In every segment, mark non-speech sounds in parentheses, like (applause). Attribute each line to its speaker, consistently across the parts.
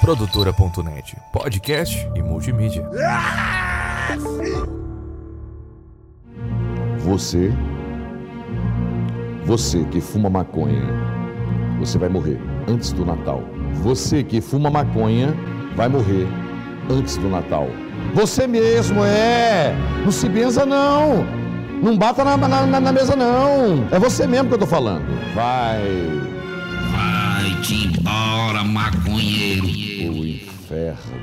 Speaker 1: Produtora.net, podcast e multimídia.
Speaker 2: Você, você que fuma maconha, você vai morrer antes do Natal. Você que fuma maconha vai morrer antes do Natal. Você mesmo é! Não se benza não! Não bata na, na- na- na mesa não! É você mesmo que eu tô falando. Vai
Speaker 3: Vai-te embora, maconheiro.
Speaker 2: pro inferno.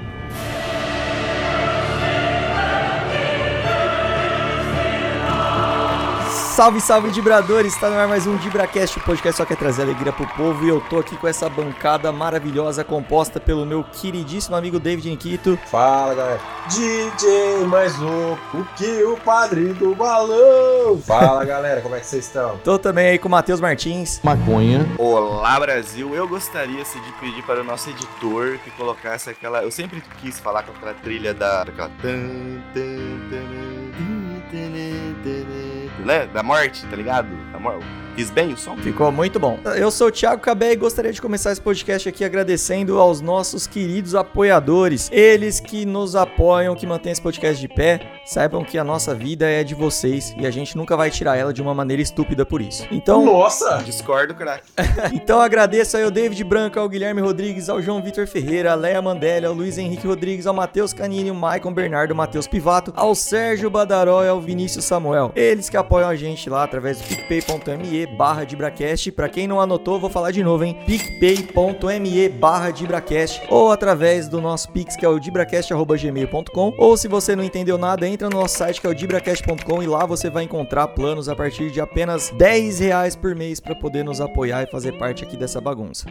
Speaker 4: Salve, salve, Dibradores! Está no ar mais um DibraCast, o podcast só quer trazer alegria pro povo. E eu tô aqui com essa bancada maravilhosa composta pelo meu queridíssimo amigo David Nikito.
Speaker 5: Fala galera, DJ mais louco que o padre do balão. Fala galera, como é que vocês estão?
Speaker 4: Tô também aí com o Matheus Martins.
Speaker 3: (laughs)
Speaker 2: Maconha,
Speaker 6: Olá Brasil, eu gostaria assim, de pedir para o nosso editor que colocasse aquela. Eu sempre quis falar com aquela trilha da. daquela. tan, tan, taran, tan, taran, taran, Né? Da morte, tá ligado? Da mor... Fiz bem o som?
Speaker 4: Ficou muito bom. Eu sou o Thiago Cabé e gostaria de começar esse podcast aqui agradecendo aos nossos queridos apoiadores. Eles que nos apoiam, que mantêm esse podcast de pé. Saibam que a nossa vida é de vocês e a gente nunca vai tirar ela de uma maneira estúpida por isso. Então,
Speaker 5: Nossa!
Speaker 6: Discordo, craque.
Speaker 4: Então agradeço aí ao David Branco, ao Guilherme Rodrigues, ao João Vitor Ferreira, à Leia Mandelli, ao Luiz Henrique Rodrigues, ao Matheus Canini, ao Maicon Bernardo, ao Matheus Pivato, ao Sérgio Badaró e ao Vinícius Samuel. Eles que apoiam a gente lá através do picpay.me barra Dibracast. Pra quem não anotou, vou falar de novo, hein? picpay.me barra Dibracast ou através do nosso Pix, que é o dibracast.gmail.com ou se você não entendeu nada, entra no nosso site que é o dibracast.com e lá você vai encontrar planos a partir de apenas 10 reais por mês pra poder nos apoiar e fazer parte aqui dessa bagunça.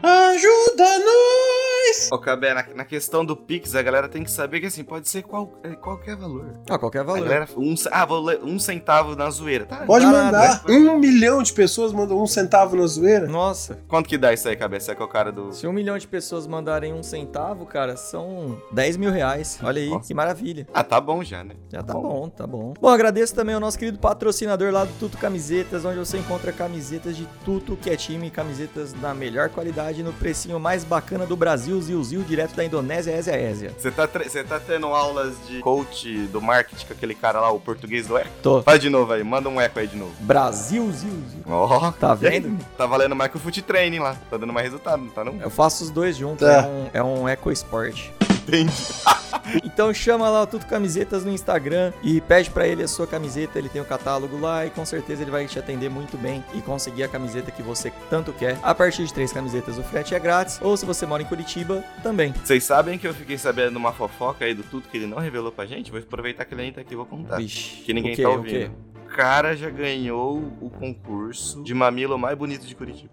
Speaker 5: Ajuda-nos!
Speaker 6: Ô, Cabé, na, na questão do Pix, a galera tem que saber que assim, pode ser qual, é, qualquer valor.
Speaker 4: A qualquer
Speaker 6: A
Speaker 4: é valor.
Speaker 6: galera, um, ce- ah, vou ler um centavo na zoeira. Tá,
Speaker 5: Pode
Speaker 4: Nada.
Speaker 5: mandar um milhão de pessoas mandam um centavo na zoeira?
Speaker 4: Nossa,
Speaker 6: Quanto que dá isso aí, Cabé? Você é que é o cara do.
Speaker 4: se um milhão de pessoas mandarem um centavo, cara, são 10 mil reais. Olha aí,
Speaker 6: Nossa.
Speaker 4: que maravilha.
Speaker 6: Ah, tá bom já, né?
Speaker 4: Já tá bom, tá bom. Bom, agradeço também ao nosso querido patrocinador lá do Tuto Camisetas, onde você encontra camisetas de tudo que é time, camisetas da melhor qualidade, no precinho mais bacana do Brasil, Ziu Ziu, direto da Indonésia, Ésia Ésia.
Speaker 6: Você tá, tre- você tá tendo aulas de coach do marketing com aquele cara lá, o português do eco?
Speaker 4: Tô.
Speaker 6: Faz de novo aí, manda um eco aí de novo.
Speaker 4: Brasil, Ziu Ziu.
Speaker 6: Ó,
Speaker 4: Tá vendo?
Speaker 6: tá valendo mais que o foot training lá. Tá dando mais resultado, não tá não?
Speaker 4: Eu faço os dois juntos,
Speaker 5: Tá.
Speaker 4: é um, é um eco esporte.
Speaker 6: Entendi.
Speaker 4: (laughs) Então chama lá o Tuto Camisetas no Instagram e pede pra ele a sua camiseta, ele tem o catálogo lá e com certeza ele vai te atender muito bem e conseguir a camiseta que você tanto quer. A partir de três camisetas o frete é grátis, ou se você mora em Curitiba, também.
Speaker 6: Vocês sabem que eu fiquei sabendo de uma fofoca aí do tudo que ele não revelou pra gente? Vou aproveitar que ele ainda tá aqui e vou contar.
Speaker 4: Vixe,
Speaker 6: que ninguém
Speaker 4: o quê?
Speaker 6: tá
Speaker 4: O quê?
Speaker 6: ouvindo. O cara já ganhou o concurso de mamilo mais bonito de Curitiba.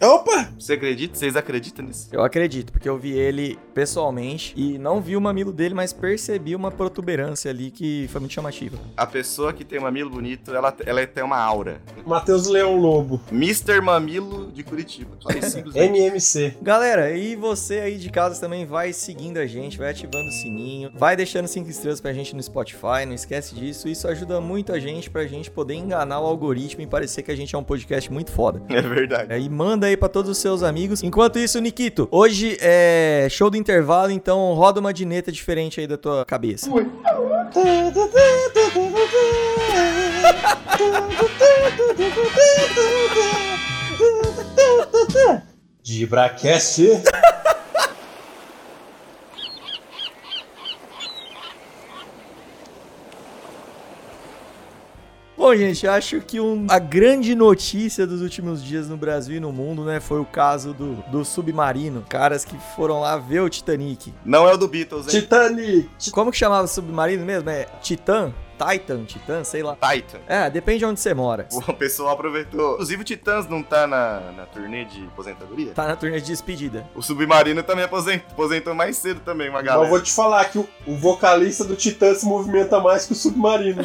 Speaker 5: Opa!
Speaker 6: Você acredita? Vocês acreditam nisso?
Speaker 4: Eu acredito, porque eu vi ele pessoalmente e não vi o mamilo dele, mas percebi uma protuberância ali que foi muito chamativa.
Speaker 6: A pessoa que tem mamilo bonito, ela, ela tem uma aura.
Speaker 5: Matheus Leão Lobo,
Speaker 6: Mr. Mamilo de Curitiba. Só
Speaker 4: (laughs)
Speaker 6: isso, simplesmente.
Speaker 5: (laughs) MMC.
Speaker 4: Galera, e você aí de casa também vai seguindo a gente, vai ativando o sininho, vai deixando cinco estrelas pra gente no Spotify, não esquece disso. Isso ajuda muito a gente pra gente poder enganar o algoritmo e parecer que a gente é um podcast muito foda.
Speaker 6: É verdade.
Speaker 4: É, E manda aí pra todos os seus amigos. Enquanto isso, Nikito, hoje é show do intervalo, então roda uma dineta diferente aí da tua cabeça.
Speaker 5: Dibracast.
Speaker 4: Bom, gente, acho que um- a grande notícia dos últimos dias no Brasil e no mundo, né, foi o caso do, do submarino. Caras que foram lá ver o Titanic.
Speaker 6: Não é o do Beatles, hein?
Speaker 5: Titanic.
Speaker 4: Como que chamava o submarino mesmo? É Titã? Titan? Titã? Sei lá.
Speaker 6: Titan.
Speaker 4: É, depende de onde você mora.
Speaker 6: O pessoal aproveitou. Inclusive o Titãs não tá na, na turnê de aposentadoria?
Speaker 4: Tá na turnê de despedida.
Speaker 6: O Submarino também aposentou, aposentou mais cedo também, uma
Speaker 5: Eu
Speaker 6: galera.
Speaker 5: vou te falar que o, o vocalista do Titã se movimenta mais que o submarino.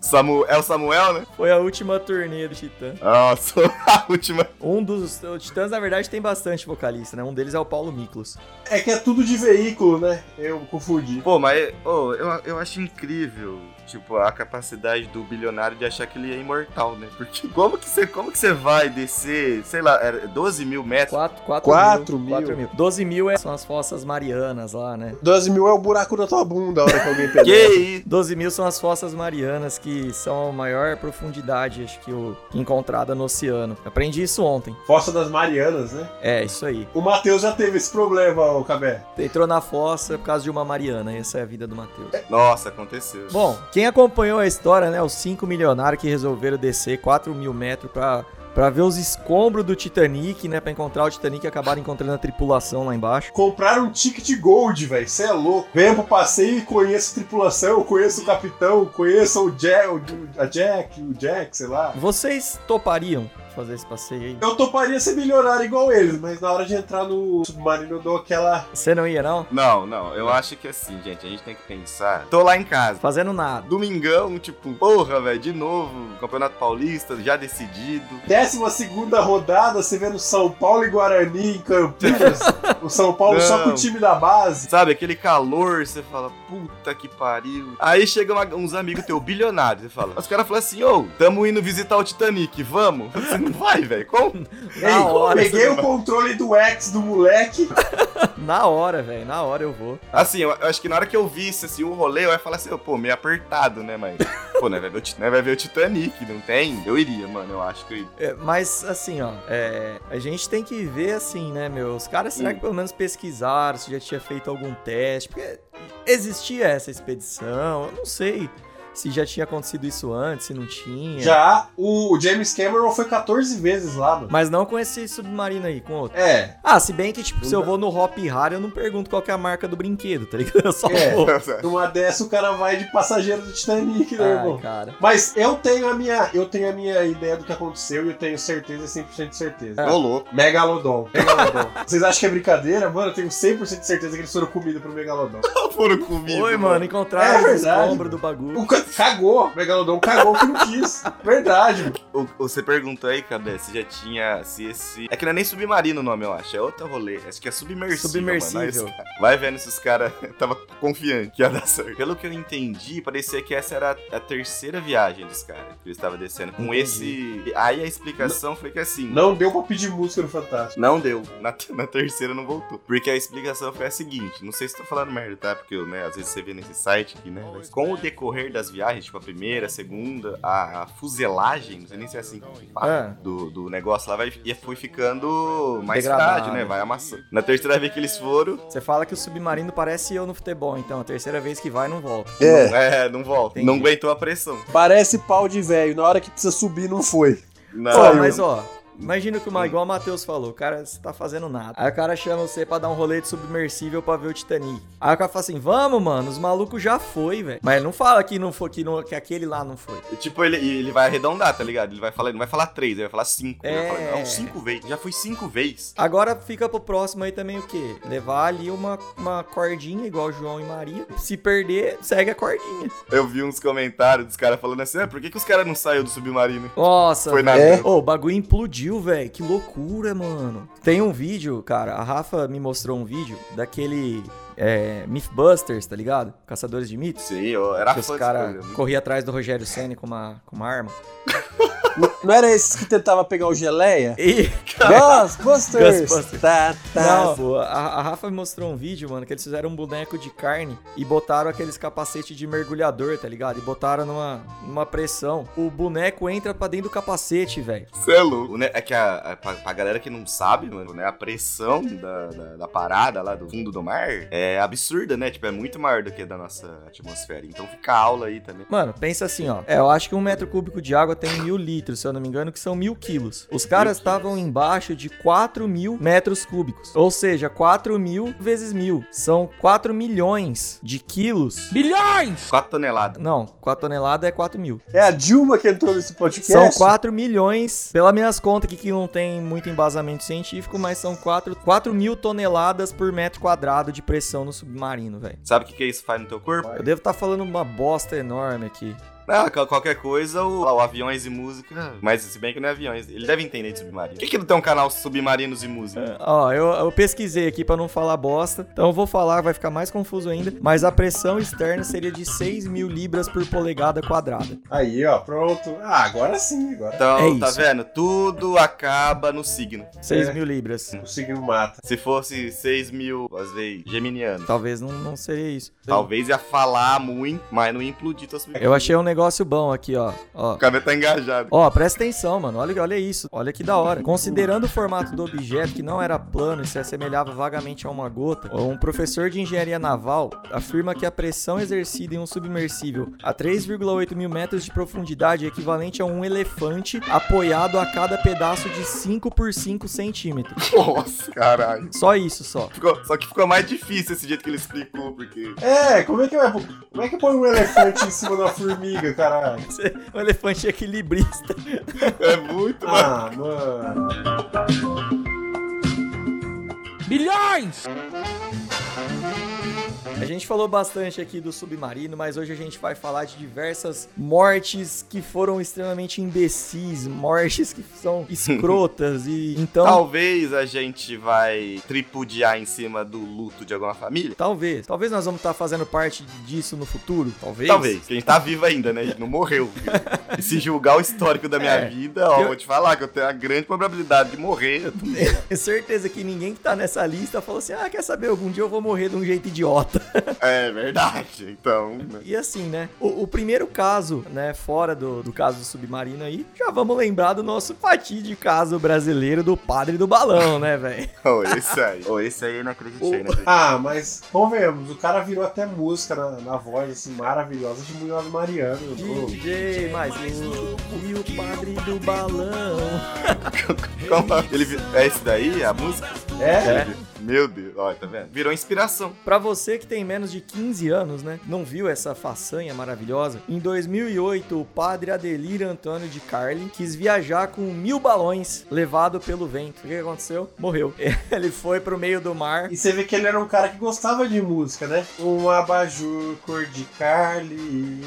Speaker 6: Samu... É o Samuel, né?
Speaker 4: Foi a última turnê do Titã.
Speaker 6: Nossa, (laughs) a última.
Speaker 4: Um dos os Titãs, na verdade, tem bastante vocalista, né? Um deles é o Paulo Miklos.
Speaker 5: É que é tudo de veículo, né? Eu confundi.
Speaker 6: Pô, mas ô, eu, eu acho incrível, tipo, a capacidade do bilionário de achar que ele é imortal, né? Porque como que você, como que você vai descer, sei lá, era 12 mil metros?
Speaker 4: 4, 4,
Speaker 5: Quatro
Speaker 4: mil,
Speaker 5: mil.
Speaker 4: 4 mil. 12 mil é- são as fossas marianas lá, né?
Speaker 5: 12 mil é o buraco da tua bunda a hora que alguém
Speaker 6: (laughs) Que
Speaker 5: pega.
Speaker 6: isso?
Speaker 4: 12 mil são as fossas marianas, que são a maior profundidade, acho que, o, encontrada no oceano. Aprendi isso ontem.
Speaker 5: Fossa das Marianas, né?
Speaker 4: É, isso aí.
Speaker 5: O Matheus já teve esse problema, ô Cabé.
Speaker 4: Entrou na fossa por causa de uma mariana. Essa é a vida do Matheus.
Speaker 6: Nossa, aconteceu.
Speaker 4: Bom, quem acompanhou a história, né? Os cinco milionários que resolveram descer 4 mil metros pra, pra ver os escombros do Titanic, né? Pra encontrar o Titanic e acabaram encontrando a tripulação lá embaixo.
Speaker 5: Compraram um ticket gold, velho. Cê é louco. Venha pro passeio e conheço a tripulação, conheço o capitão, conheço o Jack, o, a Jack, o Jack, sei lá.
Speaker 4: Vocês topariam fazer esse passeio aí?
Speaker 5: Eu toparia ser milionário igual eles, mas na hora de entrar no submarino eu dou aquela.
Speaker 4: Você não ia, não?
Speaker 6: Não, não, eu acho que assim, gente, a gente tem que pensar. Tô lá em casa.
Speaker 4: Fazendo nada.
Speaker 6: Domingão, tipo, porra, velho, de novo, Campeonato Paulista, já decidido.
Speaker 5: Décima segunda rodada, você vê no São Paulo e Guarani em Campinas. o São Paulo só com o
Speaker 6: Não.
Speaker 5: time da base.
Speaker 6: Sabe, aquele calor, você fala, puta que pariu. Aí chega uma- uns amigos teu bilionários, você fala. Os caras falam assim, ô, tamo indo visitar o Titanic, vamos? (laughs) Você não vai, velho, como?
Speaker 4: Na
Speaker 5: Ei,
Speaker 4: hora, né?
Speaker 5: peguei o controle do X do moleque.
Speaker 4: (laughs) Na hora, velho. Na hora eu vou.
Speaker 6: Assim, eu, eu acho que na hora que eu visse, assim, o rolê, eu ia falar assim, ô, pô, meio apertado, né, mas... Pô, né, vai ver o, Ti- né, vai ver o Titanic, não tem? Eu iria, mano, eu acho que eu iria.
Speaker 4: É, mas, assim, ó, é, a gente tem que ver, assim, né, meu? Os caras, será
Speaker 6: Hum.
Speaker 4: que pelo menos pesquisaram se já tinha feito algum teste? Porque existia essa expedição, eu não sei se já tinha acontecido isso antes, se não tinha.
Speaker 5: Já o James Cameron foi 14 vezes lá, mano.
Speaker 4: Mas não com esse submarino aí, com outro.
Speaker 5: É,
Speaker 4: Ah, se bem que, tipo, se eu vou no Hop Hard, eu não pergunto qual que é a marca do brinquedo, tá ligado? Eu só
Speaker 6: (laughs)
Speaker 5: É.
Speaker 4: vou.
Speaker 5: numa dessa o cara vai de passageiro do Titanic, né, irmão?
Speaker 4: Ai, cara.
Speaker 5: Mas eu tenho a minha, eu tenho a minha ideia do que aconteceu e eu tenho certeza, 100% de certeza.
Speaker 4: Ah.
Speaker 6: Ô, louco.
Speaker 5: Megalodon, Megalodon. Vocês acham que é brincadeira? Mano, eu tenho 100% de certeza que eles foram comida pro Megalodon.
Speaker 6: Foram comigo.
Speaker 4: Oi, mano, encontraram
Speaker 5: É
Speaker 4: os
Speaker 5: verdade,
Speaker 4: escombros do bagulho.
Speaker 5: O ca- cagou, o Megalodon cagou que não quis. Verdade. mano.
Speaker 6: O- Você perguntou aí, Cabé, se já tinha. Se esse. É que não é nem submarino o nome, eu acho. É outro rolê. Acho que é submersível.
Speaker 4: Submersível.
Speaker 6: mano. Mas Vai vendo se os caras (laughs) tava confiante que ia dar certo. Pelo que eu entendi, parecia que essa era a terceira viagem dos caras. Que eles estavam descendo. Com
Speaker 4: Entendi.
Speaker 6: esse. Aí a explicação foi que assim.
Speaker 5: Não deu pra pedir música no Fantástico.
Speaker 6: Não deu. Na, na terceira não voltou. Porque a explicação foi a seguinte: não sei se tô falando merda, tá? Porque, né, às vezes você vê nesse site aqui, né? Mas com o decorrer das viagens, tipo a primeira, a segunda, a, a fuselagem, não sei nem se é assim que fala,
Speaker 4: Ah.
Speaker 6: do, do negócio lá, vai, e foi ficando mais
Speaker 4: Degradado.
Speaker 6: frágil, né? Vai amassando. Na terceira vez que eles foram,
Speaker 4: Você fala que o submarino parece eu no futebol, então. A terceira vez que vai, não volta.
Speaker 6: não, é, não volta.
Speaker 4: Entendi.
Speaker 6: Não aguentou a pressão.
Speaker 5: Parece pau de velho, na hora que precisa subir não foi.
Speaker 6: Não,
Speaker 4: Ó,
Speaker 5: Saiu.
Speaker 4: mas ó, imagina que uma, igual o Matheus falou, o cara você tá fazendo nada. Aí o cara chama você pra dar um rolê de submersível pra ver o Titanic. Aí o cara fala assim: vamos, mano, os malucos já foi, velho. Mas ele não fala que não foi, que, não, que aquele lá não foi.
Speaker 6: Tipo, ele, e ele vai arredondar, tá ligado? Ele vai falar, ele não vai falar três, ele vai falar cinco. Ele vai
Speaker 4: É.
Speaker 6: falar, não, cinco vezes. Já foi cinco vezes.
Speaker 4: Agora fica pro próximo aí também o quê? Levar ali uma, uma cordinha, igual João e Maria. Se perder, segue a cordinha.
Speaker 6: Eu vi uns comentários dos caras falando assim, ah, por que, que os caras não saíram do submarino?
Speaker 4: Nossa,
Speaker 6: Foi na
Speaker 4: É. Ô, o bagulho implodiu, velho. Que loucura, mano. Tem um vídeo, cara. A Rafa me mostrou um vídeo daquele é, Mythbusters, tá ligado? Caçadores de mitos.
Speaker 6: Sim, eu era
Speaker 4: que
Speaker 6: fã
Speaker 4: os
Speaker 6: desse
Speaker 4: caras
Speaker 6: programa.
Speaker 4: corriam atrás do Rogério Senna com uma, com uma arma.
Speaker 5: Não era esse que tentava pegar o geleia?
Speaker 4: E,
Speaker 5: Ghostbusters!
Speaker 4: Ghostbusters.
Speaker 5: Tá,
Speaker 4: não, pô, a, a Rafa me mostrou um vídeo, mano, que eles fizeram um boneco de carne e botaram aqueles capacetes de mergulhador, tá ligado? E botaram numa, numa pressão. O boneco entra pra dentro do capacete, velho.
Speaker 6: Cê é louco. O ne- É que a, a, pra, pra galera que não sabe, mano, né? A pressão da, da, da parada lá do fundo do mar é absurda, né? Tipo, é muito maior do que a da nossa atmosfera. Então fica a aula aí também.
Speaker 4: Mano, pensa assim, ó. É, eu acho que um metro cúbico de água tem mil litros, se eu não me engano, que são mil quilos. Os caras estavam embaixo de 4 mil metros cúbicos. Ou seja, 4 mil vezes mil. São 4 milhões de quilos.
Speaker 6: 4 toneladas.
Speaker 4: Não, 4 toneladas é 4 mil.
Speaker 5: É a Dilma que entrou nesse podcast.
Speaker 4: São 4 milhões, pelas minhas contas aqui que não tem muito embasamento científico, mas são 4, 4 mil toneladas por metro quadrado de pressão no submarino, velho. tá
Speaker 6: Sabe o que, que isso faz no teu corpo?
Speaker 4: Eu devo estar falando uma bosta enorme aqui.
Speaker 6: Ah, qual- qualquer coisa, o, lá, o Aviões e Música. Mas se bem que não é aviões. Ele deve entender de submarino. Por que, que não tem um canal Submarinos e Música?
Speaker 4: É, Ó, eu, eu pesquisei aqui pra não falar bosta, então eu vou falar, vai ficar mais confuso ainda, mas a pressão externa seria de 6 mil libras por polegada quadrada.
Speaker 5: Aí, ó, pronto. Ah, agora sim, agora.
Speaker 6: Então,
Speaker 4: É
Speaker 6: tá
Speaker 4: isso.
Speaker 6: vendo? Tudo acaba no signo.
Speaker 4: 6
Speaker 5: É.
Speaker 4: mil libras.
Speaker 5: O signo mata.
Speaker 6: Se fosse 6 mil, às vezes, geminiano.
Speaker 4: Talvez não, não seria isso.
Speaker 6: Talvez ia falar muito, mas não ia implodir tua submarino.
Speaker 4: Eu achei um negócio bom aqui, ó. Ó,
Speaker 6: O cabelo tá engajado.
Speaker 4: Ó, presta atenção, mano. Olha, olha isso. Olha que da hora. Considerando o formato do objeto, que não era plano e se assemelhava vagamente a uma gota, um professor de engenharia naval afirma que a pressão exercida em um submersível a 3,8 mil metros de profundidade é equivalente a um elefante apoiado a cada pedaço de 5 por 5 centímetros.
Speaker 6: (laughs) Nossa, caralho.
Speaker 4: Só isso, (laughs) só.
Speaker 6: Ficou- só que ficou mais difícil esse jeito que ele explicou, porque.
Speaker 5: É, como é que vai. Como é que põe um elefante em cima da formiga, caralho?
Speaker 4: Um elefante equilibrista.
Speaker 6: É muito, mano.
Speaker 5: Ah, mano.
Speaker 4: A gente falou bastante aqui do submarino, mas hoje a gente vai falar de diversas mortes que foram extremamente imbecis, mortes que são escrotas e então
Speaker 6: Talvez a gente vai tripudiar em cima do luto de alguma família.
Speaker 4: talvez, talvez nós vamos estar fazendo parte disso no futuro, talvez.
Speaker 6: Talvez, porque a gente tá vivo ainda, né? A gente não (laughs) morreu. E se julgar o histórico da minha
Speaker 4: É.
Speaker 6: vida, ó,
Speaker 4: Eu-
Speaker 6: vou te falar que eu tenho a grande probabilidade de morrer. (laughs) Eu tô-
Speaker 4: (laughs) Tenho certeza que ninguém que tá nessa lista falou assim: "Ah, quer saber, algum dia eu vou morrer de um jeito idiota". (laughs)
Speaker 6: É verdade. Então, né?
Speaker 4: E assim, né? O, o primeiro caso, né? Fora do, do caso do submarino aí, já vamos lembrar do nosso fatídico caso brasileiro do padre do balão, né, velho?
Speaker 6: Ô, esse aí. Ô, esse aí eu não acreditei, né?
Speaker 5: Ah, mas convenhamos, o cara virou até música na, na voz, assim, maravilhosa de Munhoz Mariano. pô.
Speaker 4: DJ mais um. louco e o padre do balão.
Speaker 6: Como ele vi- É esse daí? A música?
Speaker 5: É?
Speaker 4: É.
Speaker 6: Meu Deus, olha, tá vendo? Virou inspiração.
Speaker 4: Pra você que tem menos de 15 anos, né? Não viu essa façanha maravilhosa? Em 2008, o padre Adelir Antônio de Carli quis viajar com mil balões levado pelo vento. O que que aconteceu? Morreu. (laughs) Ele foi pro meio do mar.
Speaker 5: E você vê que ele era um cara que gostava de música, né? Um abajur cor de carne.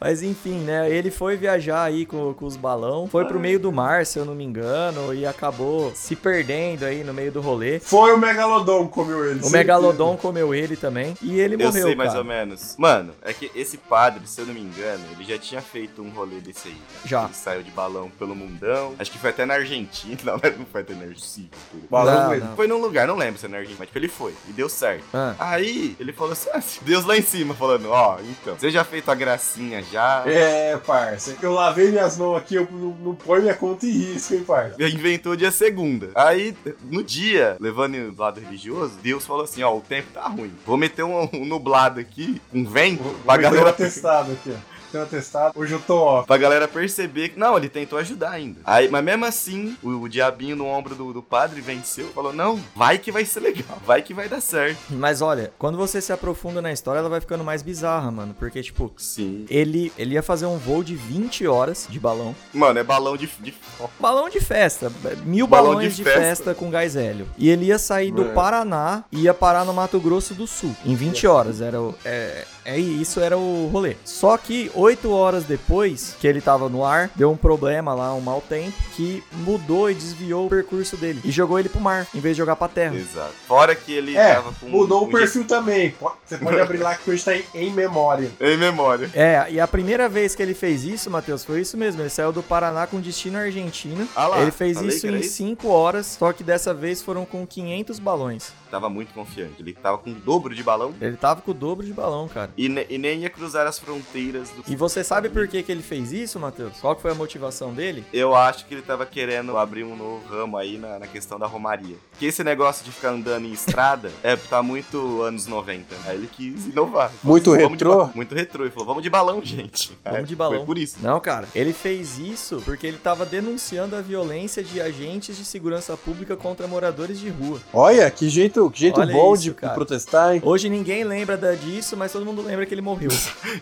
Speaker 4: Mas enfim, né? Ele foi viajar aí com, com os balão. Foi pro meio do mar, se eu não me engano. E acabou se perdendo aí no meio do rolê.
Speaker 5: Foi o Megalodon que comeu ele.
Speaker 4: O
Speaker 5: certeza.
Speaker 4: Megalodon comeu ele também. E ele
Speaker 6: Eu
Speaker 4: morreu.
Speaker 6: sei mais
Speaker 4: cara.
Speaker 6: ou menos. Mano, é que esse padre, se eu não me engano, ele já tinha feito um rolê desse aí.
Speaker 4: Já.
Speaker 6: Ele saiu de balão pelo mundão. Acho que foi até na Argentina. (laughs) Não, mas não foi até na Argentina.
Speaker 5: Balão,
Speaker 4: Não,
Speaker 5: ele.
Speaker 4: não.
Speaker 6: Foi num lugar, não lembro se é na Argentina, mas tipo, ele foi. E deu certo.
Speaker 4: Ah.
Speaker 6: Aí, ele falou assim, ah, Deus lá em cima, falando, ó, então, você já feito a gracinha já?
Speaker 5: É, parça. Eu lavei minhas mãos aqui, eu não, não ponho minha conta em risco, hein, parça.
Speaker 6: Inventou dia segunda. Aí, no dia, levando do lado religioso, Deus falou assim: Ó, o tempo tá ruim. Vou meter um, um nublado aqui, um vento, pra
Speaker 5: Tem um
Speaker 6: galera,
Speaker 5: atestado aqui, ó. Tem um atestado. Hoje eu tô off.
Speaker 6: pra galera perceber que. Não, ele tentou ajudar ainda. Aí, mas mesmo assim, o, o diabinho no ombro do, do padre venceu. Falou: Não, vai que vai ser legal, vai que vai dar certo.
Speaker 4: Mas olha, quando você se aprofunda na história, ela vai ficando mais bizarra, mano. Porque, tipo,
Speaker 6: Sim.
Speaker 4: ele, ele ia fazer um voo de 20 horas de balão.
Speaker 6: Mano, é balão de. de...
Speaker 4: Balão de festa. é, Mil
Speaker 6: Balão
Speaker 4: balões
Speaker 6: de
Speaker 4: de,
Speaker 6: festa. É.
Speaker 4: festa. com gás hélio. E ele ia sair do
Speaker 5: Mano.
Speaker 4: Paraná e ia parar no Mato Grosso do Sul. Em 20 horas. Era o, é, é, isso era o rolê. Só que 8 horas depois que ele tava no ar, deu um problema lá, um mau tempo, que mudou e desviou o percurso dele. E jogou ele pro mar, em vez de jogar pra terra.
Speaker 6: Exato. Fora que ele
Speaker 5: É,
Speaker 6: tava com.
Speaker 5: Mudou o
Speaker 6: um dia-
Speaker 5: perfil também. Po- Você pode abrir lá que hoje tá em, em memória.
Speaker 6: Em memória.
Speaker 4: É, e a primeira vez que ele fez isso, Matheus, foi isso mesmo. Ele saiu do Paraná com destino à Argentina.
Speaker 6: Ah lá,
Speaker 4: ele fez
Speaker 6: falei
Speaker 4: isso
Speaker 6: que era
Speaker 4: em
Speaker 6: isso.
Speaker 4: 5 horas, só que dessa vez foram com 500 balões.
Speaker 6: Tava muito confiante. Ele tava com o dobro de balão.
Speaker 4: Ele tava com o dobro de balão, cara.
Speaker 6: E, ne- e nem ia cruzar as fronteiras do.
Speaker 4: E você sabe por que, que ele fez isso, Matheus? Qual que foi a motivação dele?
Speaker 6: Eu acho que ele tava querendo abrir um novo ramo aí na, na questão da romaria. Porque esse negócio de ficar andando em estrada (laughs) é tá muito anos 90. Aí ele quis inovar. assim,
Speaker 5: Muito
Speaker 6: Vamos de
Speaker 5: retrô?
Speaker 6: ba- Muito retrô. Ele falou, vamos de balão, gente.
Speaker 4: (laughs) Vamos
Speaker 6: Aí
Speaker 4: de balão.
Speaker 6: Foi por isso.
Speaker 4: Não, cara, ele fez isso porque ele tava denunciando a violência de agentes de segurança pública contra moradores de rua.
Speaker 5: Olha, que jeito, que
Speaker 4: jeito Olha bom isso, de- de cara.
Speaker 5: protestar, hein?
Speaker 6: (laughs)
Speaker 4: Hoje ninguém lembra da- disso, mas todo mundo lembra que ele morreu.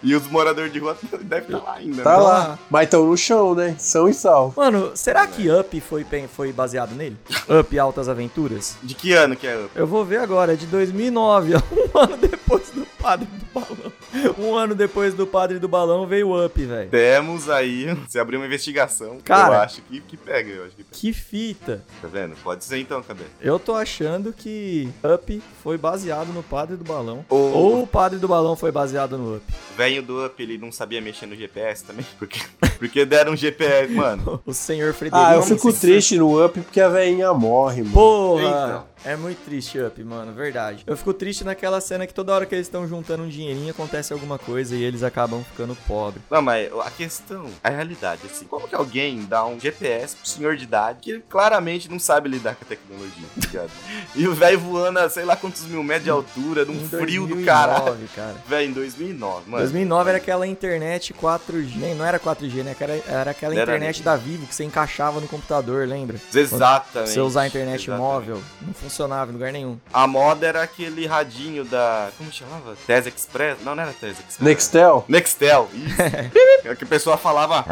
Speaker 6: E os moradores de rua (laughs) deve estar lá ainda.
Speaker 7: Tá
Speaker 6: né?
Speaker 7: lá. Mas estão no chão, né? São e sal.
Speaker 4: Mano, será que Up foi, pen- foi baseado nele? Up Altas Aventuras?
Speaker 6: De que ano que é Up?
Speaker 4: Eu vou ver agora, é de 2009, ó, (laughs) um ano depois do Padre do Balão. Um ano depois do Padre do Balão veio o Up, velho.
Speaker 6: Temos aí, (laughs) se abrir uma investigação, eu
Speaker 4: Cara.
Speaker 6: acho que, que pega, eu acho que pega.
Speaker 4: Que fita.
Speaker 6: Tá vendo? Pode ser então, cabelo.
Speaker 4: Eu tô achando que Up foi baseado no Padre do Balão.
Speaker 6: Ou-
Speaker 4: Ou o Padre do Balão foi baseado no Up. (laughs)
Speaker 6: O velho do Up, ele não sabia mexer no GPS também, (laughs) porque, porque deram um GPS, mano.
Speaker 4: O senhor Frederico.
Speaker 7: Ah, eu
Speaker 4: Vamos
Speaker 7: fico
Speaker 4: se-
Speaker 7: triste no Up porque a velhinha morre, mano.
Speaker 4: Porra! É muito triste, Up, mano, verdade. Eu fico triste naquela cena que toda hora que eles estão juntando um dinheirinho acontece alguma coisa e eles acabam ficando pobres.
Speaker 6: Não, mas a questão, a realidade, assim, como que alguém dá um GPS pro senhor de idade que ele claramente não sabe lidar com a tecnologia, tá ligado? e o velho voando a sei lá quantos mil metros de altura, num
Speaker 4: Em
Speaker 6: Um frio do
Speaker 4: 2009,
Speaker 6: caralho. (laughs)
Speaker 4: cara.
Speaker 6: Velho, em 2009, mano.
Speaker 4: 2009 era aquela internet 4G. Nem, não era 4G, né? Era, era aquela
Speaker 6: Era
Speaker 4: internet
Speaker 6: nem.
Speaker 4: da Vivo que você encaixava no computador, lembra?
Speaker 6: Exatamente.
Speaker 4: Se você usar a internet
Speaker 6: exatamente.
Speaker 4: móvel, não funcionava em lugar nenhum.
Speaker 6: A moda era aquele radinho da. Como chamava? Tez Express? Não, não era Tez Express.
Speaker 7: Nextel?
Speaker 6: Nextel,
Speaker 4: (laughs)
Speaker 6: isso. é que a pessoa falava.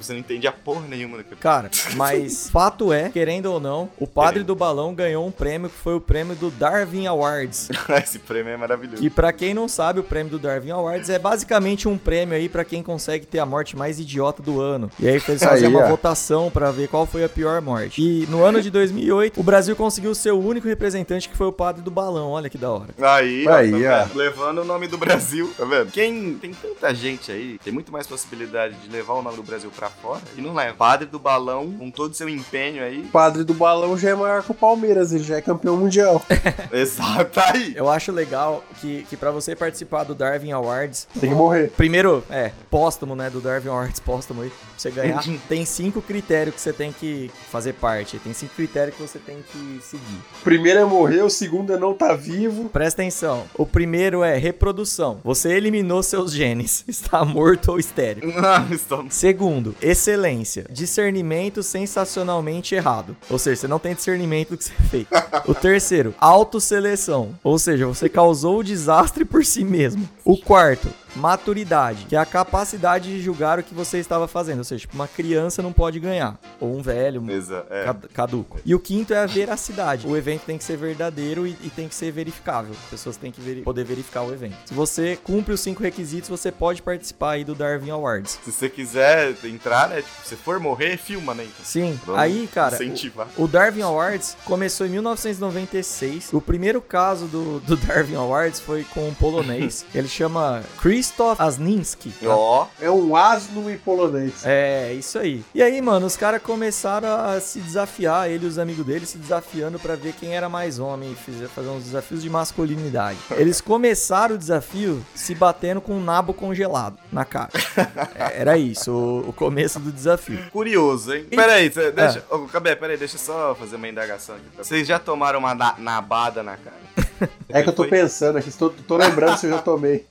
Speaker 6: Você não entendia porra nenhuma daquele.
Speaker 4: Cara, mas fato é, querendo ou não, o padre do balão ganhou um prêmio que foi o prêmio do Darwin Awards.
Speaker 6: (laughs) Esse prêmio é maravilhoso.
Speaker 4: Que pra quem não sabe, o prêmio do Darwin Awards é basicamente um prêmio aí pra quem consegue ter a morte mais idiota do ano. E aí fez fazer
Speaker 2: Aí,
Speaker 4: uma
Speaker 2: ó.
Speaker 4: votação pra ver qual foi a pior morte. E no ano de 2008, o Brasil conseguiu ser o único representante que foi o padre do balão. Olha que da hora.
Speaker 6: Aí, ó,
Speaker 2: Aí,
Speaker 6: tá
Speaker 2: ó.
Speaker 6: vendo? levando o nome do Brasil, tá vendo? Quem tem tanta gente aí, tem muito mais possibilidade de levar o nome do Brasil pra fora e não leva. Padre do balão, com todo o seu empenho aí.
Speaker 5: (laughs)
Speaker 7: O padre do balão já é maior que o Palmeiras, ele já é campeão mundial. (laughs)
Speaker 6: Exato, tá aí.
Speaker 4: Eu acho legal que, que para você participar do Darwin Awards,
Speaker 7: Tem que morrer.
Speaker 4: primeiro, é, póstumo, né, do Darwin Awards, póstumo aí, pra você ganhar, tem cinco critérios que você tem que fazer parte, tem cinco critérios que você tem que seguir.
Speaker 7: O primeiro é morrer, o segundo é não tá vivo.
Speaker 4: Presta atenção, o primeiro é reprodução, você eliminou seus genes, (laughs) está morto ou estéril.
Speaker 6: Não, estou...
Speaker 4: Segundo, excelência. Discernimento sensacionalmente errado. Ou seja, você não tem discernimento do que você (laughs) fez. O terceiro, autoseleção. Ou seja, você causou o desastre por si mesmo. O quarto, maturidade, que é a capacidade de julgar o que você estava fazendo. Ou seja, tipo, uma criança não pode ganhar. Ou um velho, um
Speaker 6: Exa- é.
Speaker 4: cad- caduco. E o quinto é a veracidade. O evento tem que ser verdadeiro e, e tem que ser verificável. As pessoas têm que veri- poder verificar o evento. Se você cumpre os cinco requisitos, você pode participar aí do Darwin Awards.
Speaker 6: Se você quiser entrar, né? Tipo, se for morrer, filma, né? Então.
Speaker 4: Sim,
Speaker 6: Vamos
Speaker 4: aí, cara,
Speaker 6: Incentivar.
Speaker 4: o Darwin Awards começou em 1996. O primeiro caso do, do (laughs) Darwin Awards foi com um polonês. Ele chama Krzysztof Asninski.
Speaker 6: Ó,
Speaker 7: É um asno e polonês.
Speaker 4: É, isso aí. E aí, mano, os caras começaram a se desafiar, ele e os amigos dele se desafiando pra ver quem era mais homem, fizer- fazer uns desafios de masculinidade. Eles começaram o desafio se batendo com um nabo congelado na cara. É, Era isso, o- o começo do desafio.
Speaker 6: Curioso, hein? Peraí, cê- deixa. Ô, Cabé, peraí, deixa eu só fazer uma indagação aqui. pra- Vocês já tomaram uma na- nabada na cara?
Speaker 7: É que eu tô
Speaker 6: Foi-
Speaker 7: pensando aqui, tô, tô lembrando se eu já
Speaker 6: (laughs)
Speaker 7: tomei.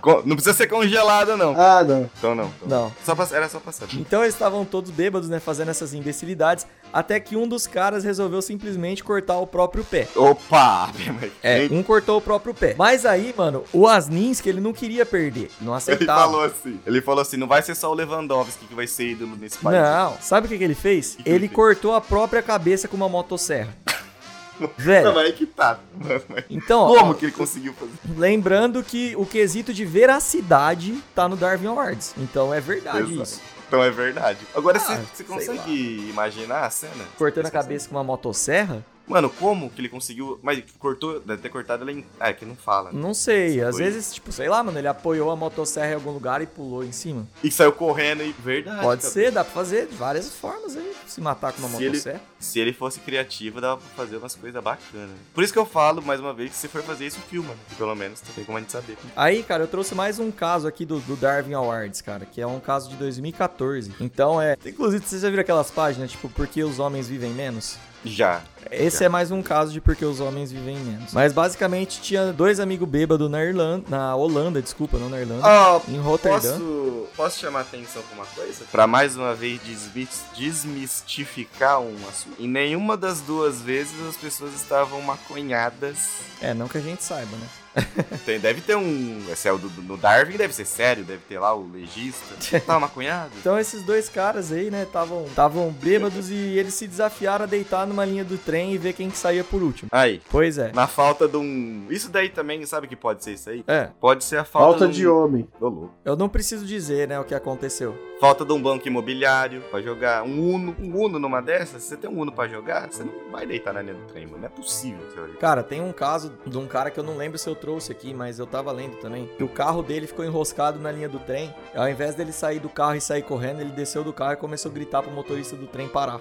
Speaker 6: Con- Não precisa ser congelada, não.
Speaker 7: Ah, não.
Speaker 6: Então não. então
Speaker 4: Não.
Speaker 6: Só pra- Era só passando.
Speaker 4: Então eles estavam todos bêbados, né, fazendo essas imbecilidades, até que um dos caras resolveu simplesmente cortar o próprio pé.
Speaker 6: Opa! (laughs) mas- Ele
Speaker 4: um cortou o próprio pé. Mas aí, mano, o Asninski, ele não queria perder, não aceitava.
Speaker 6: falou assim. Ele falou assim: não vai ser só o Lewandowski que vai ser ídolo nesse país.
Speaker 4: Não, sabe o que, que ele fez?
Speaker 6: que ele
Speaker 4: ele
Speaker 6: fez?
Speaker 4: cortou a própria cabeça com uma
Speaker 6: (laughs)
Speaker 4: motosserra. Velho,
Speaker 6: Não, mas aí que tá. Mas- mas-
Speaker 4: então, é. ó,
Speaker 6: Como que ele conseguiu fazer?
Speaker 4: lembrando que o quesito de veracidade tá no Darwin Awards. Então é verdade
Speaker 6: Exato.
Speaker 4: isso.
Speaker 6: Então é verdade. Agora
Speaker 4: Ah,
Speaker 6: você você
Speaker 4: sei lá.
Speaker 6: consegue imaginar a cena?
Speaker 4: Cortando a
Speaker 6: Você consegue?
Speaker 4: cabeça com uma motosserra?
Speaker 6: Mano, como que ele conseguiu. Mas cortou. Deve ter cortado ele em. Ah, é que não fala. né?
Speaker 4: Não sei, às
Speaker 6: Foi.
Speaker 4: vezes, tipo, sei lá, mano, ele apoiou a motosserra em algum lugar e pulou em cima.
Speaker 6: E saiu correndo e. Verdade.
Speaker 4: Pode
Speaker 6: cara.
Speaker 4: ser, dá pra fazer de várias formas aí. Se matar com uma
Speaker 6: Ah, Se ele-
Speaker 4: motosserra.
Speaker 6: Se ele fosse criativo, dava pra fazer umas coisas bacanas. Por isso que eu falo, mais uma vez, que se for fazer isso, filma. né? Pelo menos tem como a gente saber.
Speaker 4: Aí, cara, eu trouxe mais um caso aqui do, do Darwin Awards, cara, que é um caso de 2014. Então é. Inclusive, vocês já viram aquelas páginas, tipo, por que os homens vivem menos?
Speaker 6: Já.
Speaker 4: Esse é mais um caso de porque os homens vivem menos. Mas basicamente tinha dois amigos bêbados na Irlanda. Na Holanda, desculpa, não na Irlanda.
Speaker 6: Ó,
Speaker 4: em Roterdã.
Speaker 6: posso, posso chamar a atenção pra uma coisa? Pra mais uma vez desmis- desmistificar um assunto. Em nenhuma das duas vezes as pessoas estavam maconhadas.
Speaker 4: É, não que a gente saiba, né?
Speaker 6: Tem, deve ter um. Esse é o do, do- no Darwin, deve ser sério, deve ter lá o (laughs) legista. Tá maconhado?
Speaker 4: Então esses dois caras aí, né, estavam estavam bêbados e eles se desafiaram a deitar numa linha do trem e ver quem que saía por último.
Speaker 6: Aí,
Speaker 4: Pois é.
Speaker 6: na falta de um. Isso daí também, sabe que pode ser isso aí?
Speaker 4: É,
Speaker 6: Pode ser a falta.
Speaker 7: Falta
Speaker 6: um-
Speaker 7: de homem.
Speaker 6: Ô, louco.
Speaker 4: eu não preciso dizer, né, o que aconteceu.
Speaker 6: Falta de um banco imobiliário pra jogar. Um Uno. Um Uno numa dessas, se você tem um Uno pra jogar, você não vai deitar na linha do trem, mano. Não é possível que você vai
Speaker 4: Cara, tem um caso de um cara que eu não lembro se eu trouxe aqui, mas eu tava lendo também, que o carro dele ficou enroscado na linha do trem. Ao invés dele sair do carro e sair correndo, ele desceu do carro e começou a gritar pro motorista do trem parar.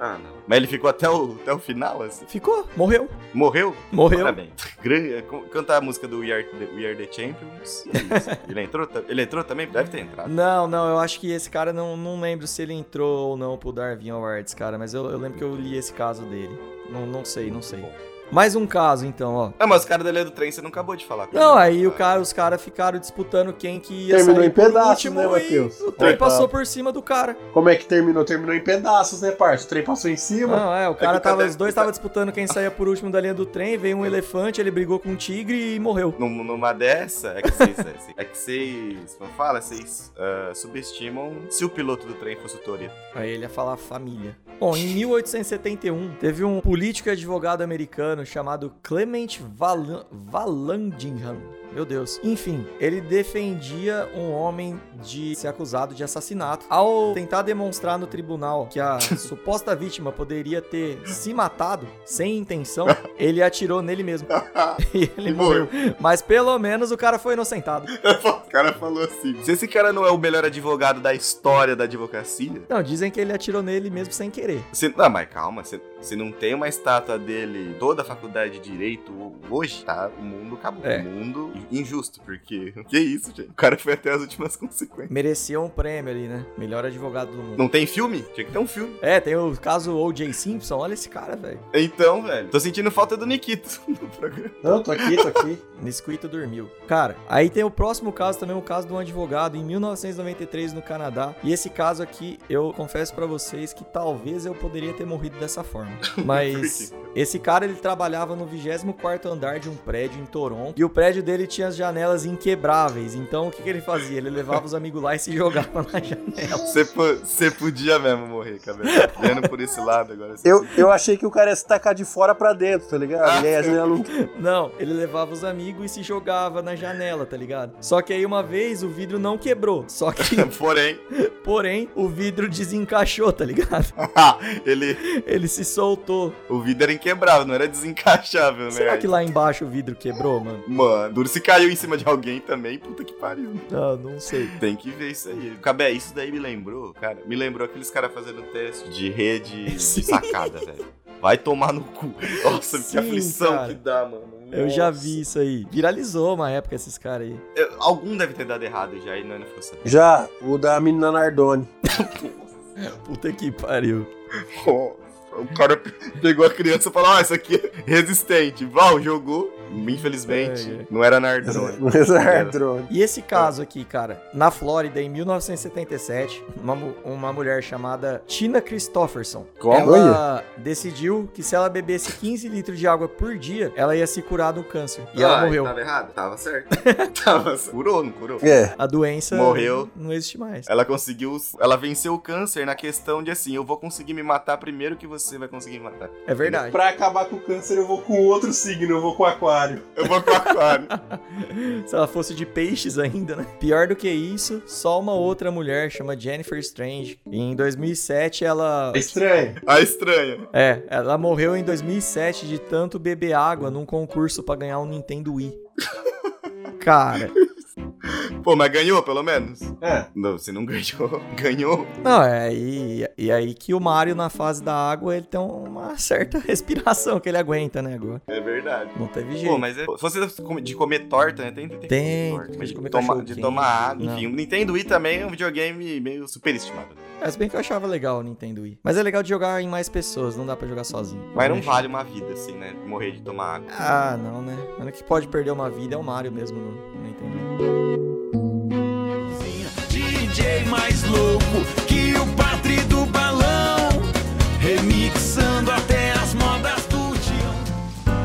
Speaker 6: Ah, não. Mas ele ficou até o, até o final, assim.
Speaker 4: Ficou, morreu,
Speaker 6: Morreu?
Speaker 4: morreu.
Speaker 6: Parabéns. Grande- can- Cantar a música do We Are the, We Are the Champions. E é
Speaker 4: (laughs)
Speaker 6: isso. ele, entrou, ta- ele entrou também? Deve ter entrado.
Speaker 4: Não, não, eu acho que esse cara não, não lembro se ele entrou ou não pro Darwin Awards, cara, mas eu, eu lembro que eu li esse caso dele. Não, não sei, não sei. Mais um caso, então, ó.
Speaker 6: Ah, mas o cara da linha do trem, você não acabou de falar.
Speaker 4: Não,
Speaker 6: ele.
Speaker 4: aí o cara, os caras ficaram disputando quem que ia
Speaker 7: Terminou
Speaker 4: sair
Speaker 7: em pedaços,
Speaker 4: por
Speaker 7: né,
Speaker 4: último
Speaker 7: Matheus?
Speaker 4: e o trem
Speaker 7: É, tá.
Speaker 4: passou por cima do cara.
Speaker 7: Como é que terminou? Terminou em pedaços, né, parça? O trem passou em
Speaker 6: Ah.
Speaker 7: cima.
Speaker 4: Não, é, o
Speaker 6: que
Speaker 4: cara
Speaker 6: o
Speaker 4: tava,
Speaker 6: cara-
Speaker 4: os dois estavam disputando quem saía por último da linha do trem, veio um elefante, ele brigou com um tigre e morreu.
Speaker 6: Num- Numa dessa, é que vocês. é assim, é que vocês. Como fala? Vocês ah, subestimam se o piloto do trem fosse o Toreto.
Speaker 4: Aí ele ia falar família. Bom, em 1871, teve um político e advogado americano chamado Clement Val Vallandigham. Meu Deus. Enfim, ele defendia um homem de ser acusado de assassinato. Ao tentar demonstrar no tribunal que (laughs) a suposta vítima poderia ter se matado sem (laughs) intenção, ele atirou nele (laughs) mesmo. E ele morreu. Mas pelo menos o cara foi inocentado.
Speaker 6: (laughs) o cara falou assim. Se esse cara não é o melhor advogado da história da advocacia,
Speaker 4: Não, dizem que ele atirou nele mesmo sem querer.
Speaker 6: Se, não, mas calma, se, se não tem uma estátua dele, toda a faculdade de direito hoje, tá? O mundo acabou.
Speaker 4: É.
Speaker 6: O mundo injusto, porque. (laughs) Que isso, gente? O cara foi até as últimas (laughs) consequências.
Speaker 4: Merecia um prêmio ali, né? Melhor advogado do mundo.
Speaker 6: Não tem filme? Tinha que ter um filme.
Speaker 4: É, tem o caso O.J. Simpson, olha esse cara, velho.
Speaker 6: Então, velho, tô sentindo falta do Nikito no programa.
Speaker 7: Não, tô aqui, tô
Speaker 4: (laughs)
Speaker 7: aqui.
Speaker 4: Nesquito dormiu. Cara, aí tem o próximo caso também, o caso de um advogado em 1993 no Canadá. E esse caso aqui, eu confesso pra vocês que talvez eu poderia ter morrido dessa forma.
Speaker 7: (laughs)
Speaker 4: Mas esse cara, ele trabalhava no 24º andar de um prédio em Toronto. E o prédio dele tinha as janelas inquebráveis. Então o que, que ele fazia? Ele levava os amigos lá e se jogava na (laughs) janela.
Speaker 6: (laughs) Você po- Você podia mesmo morrer, cabelo. Vendo por esse lado agora. assim. você-
Speaker 7: Eu, eu achei que o cara ia se tacar de fora pra dentro, tá
Speaker 6: Ah,
Speaker 7: ligado? E aí a janela não
Speaker 4: Não, ele levava os amigos e se jogava na janela, tá ligado? Só que aí uma vez o vidro não quebrou. Só que
Speaker 6: (laughs) Porém, (laughs)
Speaker 4: Porém, o vidro desencaixou, tá ligado? (laughs)
Speaker 6: ele,
Speaker 4: Ele se soltou.
Speaker 6: o vidro era inquebrável, não era desencaixável, né?
Speaker 4: Será que lá embaixo o vidro quebrou, mano?
Speaker 6: Mano, duro se caiu em cima de alguém também, puta que pariu.
Speaker 4: Não, Ah, não sei.
Speaker 6: Tem que ver isso aí. Cabé, isso daí me lembrou, cara. Me lembrou aqueles caras fazendo teste de rede de
Speaker 4: Sim.
Speaker 6: sacada, velho. Vai tomar no cu. Nossa,
Speaker 4: Sim,
Speaker 6: que aflição
Speaker 4: cara.
Speaker 6: que dá, mano.
Speaker 4: Eu já
Speaker 6: Nossa.
Speaker 4: vi isso aí. Viralizou uma época esses caras aí.
Speaker 6: Eu- algum deve ter dado errado já e não, é né? não ficou sabendo. (laughs)
Speaker 7: Já, o da menina Nardone.
Speaker 4: Puta que pariu.
Speaker 6: O cara pegou a criança e falou: Ah, isso aqui é resistente. Val, jogou. Infelizmente,
Speaker 4: É, é.
Speaker 6: não era Nardone.
Speaker 7: Mas (laughs) é Nardone.
Speaker 4: E esse caso aqui, cara, na Flórida, em 1977, uma, mu- uma mulher chamada Tina Christofferson.
Speaker 6: Como?
Speaker 4: Ela decidiu que se ela bebesse 15 litros de água por dia, ela ia se curar do câncer. E ela
Speaker 6: Ah,
Speaker 4: morreu.
Speaker 6: Tava errado? Tava certo. (laughs) tava certo. Curou, não curou?
Speaker 7: É.
Speaker 4: A doença
Speaker 6: Morreu.
Speaker 4: não existe mais.
Speaker 6: Ela conseguiu. Ela venceu o câncer na questão de assim: eu vou conseguir me matar primeiro que você vai conseguir me matar.
Speaker 4: É verdade.
Speaker 5: Pra acabar com o câncer, eu vou com outro signo, eu vou com o aquário.
Speaker 6: Eu vou com o aquário.
Speaker 4: (laughs) Se ela fosse de peixes ainda, né? Pior do que isso, só uma outra mulher chama Jennifer Strange. Em 2007 ela
Speaker 5: É estranho.
Speaker 6: A estranha.
Speaker 4: é, ela morreu em 2007 de tanto beber água num concurso pra ganhar um Nintendo Wii. Cara,
Speaker 6: Pô, mas ganhou pelo menos?
Speaker 5: É.
Speaker 6: Não, você não ganhou. (laughs) Ganhou?
Speaker 4: não, é e, e aí que o Mario na fase da água, ele tem uma certa (laughs) respiração que ele aguenta, né, agora.
Speaker 6: É verdade.
Speaker 4: Não teve jeito.
Speaker 6: Pô, mas é. Se você come- de comer torta, né? Tem, tem,
Speaker 4: Tem,
Speaker 6: torta, mas
Speaker 4: de
Speaker 6: de,
Speaker 4: comer
Speaker 6: toma-
Speaker 4: cachorro
Speaker 6: de
Speaker 4: quente.
Speaker 6: tomar água.
Speaker 4: Não.
Speaker 6: Enfim, o Nintendo Wii também é um videogame meio superestimado. né?
Speaker 4: É, se bem que eu achava legal o Nintendo Wii. Mas é legal de jogar em mais pessoas, não dá pra jogar sozinho.
Speaker 6: Mas não
Speaker 4: Mexe.
Speaker 6: vale uma vida, assim, né? Morrer de tomar água.
Speaker 4: Ah, não, né? O único que pode perder uma vida é o Mario mesmo, não, não entendi.
Speaker 8: DJ mais louco que o padre do balão, remixando até as modas do Tião.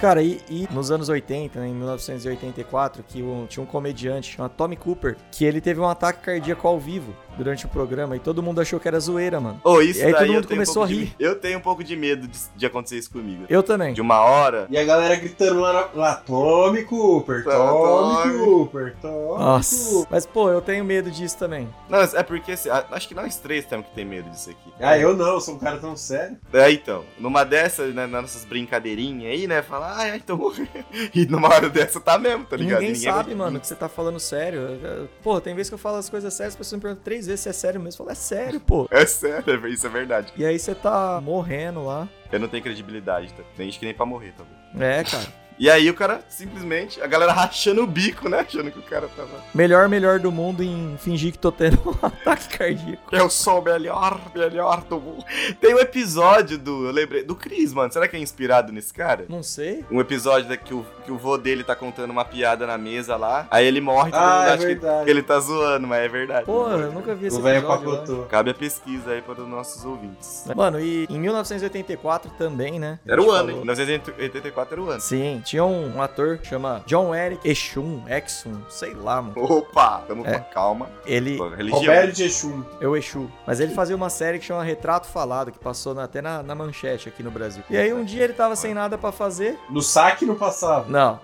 Speaker 4: Cara, e, e nos anos 80, né, em 1984, que um- tinha um comediante chamado Tommy Cooper, que ele teve um ataque cardíaco ao vivo durante o programa e todo mundo achou que era zoeira, mano.
Speaker 6: Ô, isso
Speaker 4: E aí
Speaker 6: daí
Speaker 4: todo
Speaker 6: eu
Speaker 4: mundo
Speaker 6: tenho
Speaker 4: começou
Speaker 6: um
Speaker 4: a
Speaker 6: pouco de
Speaker 4: rir.
Speaker 6: me- eu tenho um pouco de medo de, de acontecer isso comigo.
Speaker 4: Eu também.
Speaker 6: De uma hora.
Speaker 5: E a galera gritando lá, na- lá Tommy Cooper,
Speaker 6: Tá,
Speaker 5: Tommy
Speaker 6: Tommy.
Speaker 5: Cooper, Tommy
Speaker 4: Nossa.
Speaker 5: Cooper.
Speaker 4: Mas, pô, eu tenho medo disso também.
Speaker 6: Não, é porque assim, a- acho que nós três temos que ter medo disso aqui.
Speaker 4: É,
Speaker 5: Ah, eu não, eu sou um cara tão sério.
Speaker 6: É, então, numa dessas, né, nas nossas brincadeirinhas aí, né, fala, ai, ai, tô morrendo. (laughs) E numa hora dessa tá mesmo, tá ligado?
Speaker 4: Ninguém,
Speaker 6: E vai-
Speaker 4: sabe, mano, que você tá falando sério. Eu- eu- Pô, tem vezes que eu falo as coisas sérias, as pessoas me perguntam três vezes se é sério mesmo. Eu falo, é sério, pô.
Speaker 6: (laughs) É sério, isso é verdade.
Speaker 4: E aí você tá morrendo lá.
Speaker 6: Eu não tenho credibilidade, tá? Tem gente que nem pra morrer, tá? vendo?
Speaker 4: É, cara.
Speaker 6: E aí o cara, simplesmente, a galera rachando o bico, né, achando que o cara tava...
Speaker 4: Melhor, melhor do mundo em fingir que tô tendo (laughs) um ataque cardíaco.
Speaker 6: Eu sou o melhor, melhor do mundo. Tem um episódio do, eu lembrei, do Chris, mano, será que é inspirado nesse cara?
Speaker 4: Não sei.
Speaker 6: Um episódio da- que o, que o vô dele tá contando uma piada na mesa lá, aí ele morre, todo
Speaker 5: Ah, é
Speaker 6: mundo acha que-
Speaker 5: verdade.
Speaker 6: que ele tá zoando, mas é verdade.
Speaker 4: Pô, eu nunca vi esse
Speaker 5: o velho
Speaker 4: episódio, né?
Speaker 5: pacotou.
Speaker 6: Cabe a pesquisa aí para os nossos ouvintes.
Speaker 4: Mano, e em 1984 também, né?
Speaker 6: Era o
Speaker 4: A gente
Speaker 6: ano, hein?
Speaker 4: falou-
Speaker 6: 1984 era o ano.
Speaker 4: Sim, tinha um, um ator que chama John Eric Exum, Exum, sei lá, mano.
Speaker 6: Opa, tamo
Speaker 4: É.
Speaker 6: com calma.
Speaker 4: Ele
Speaker 6: Pô, religião.
Speaker 5: Roberto Jechum.
Speaker 4: é o Exu. Mas ele fazia uma série que chama Retrato Falado, que passou na- até na, na manchete aqui no Brasil. E aí um dia ele tava sem nada pra fazer.
Speaker 5: No saque não passava,
Speaker 4: Não,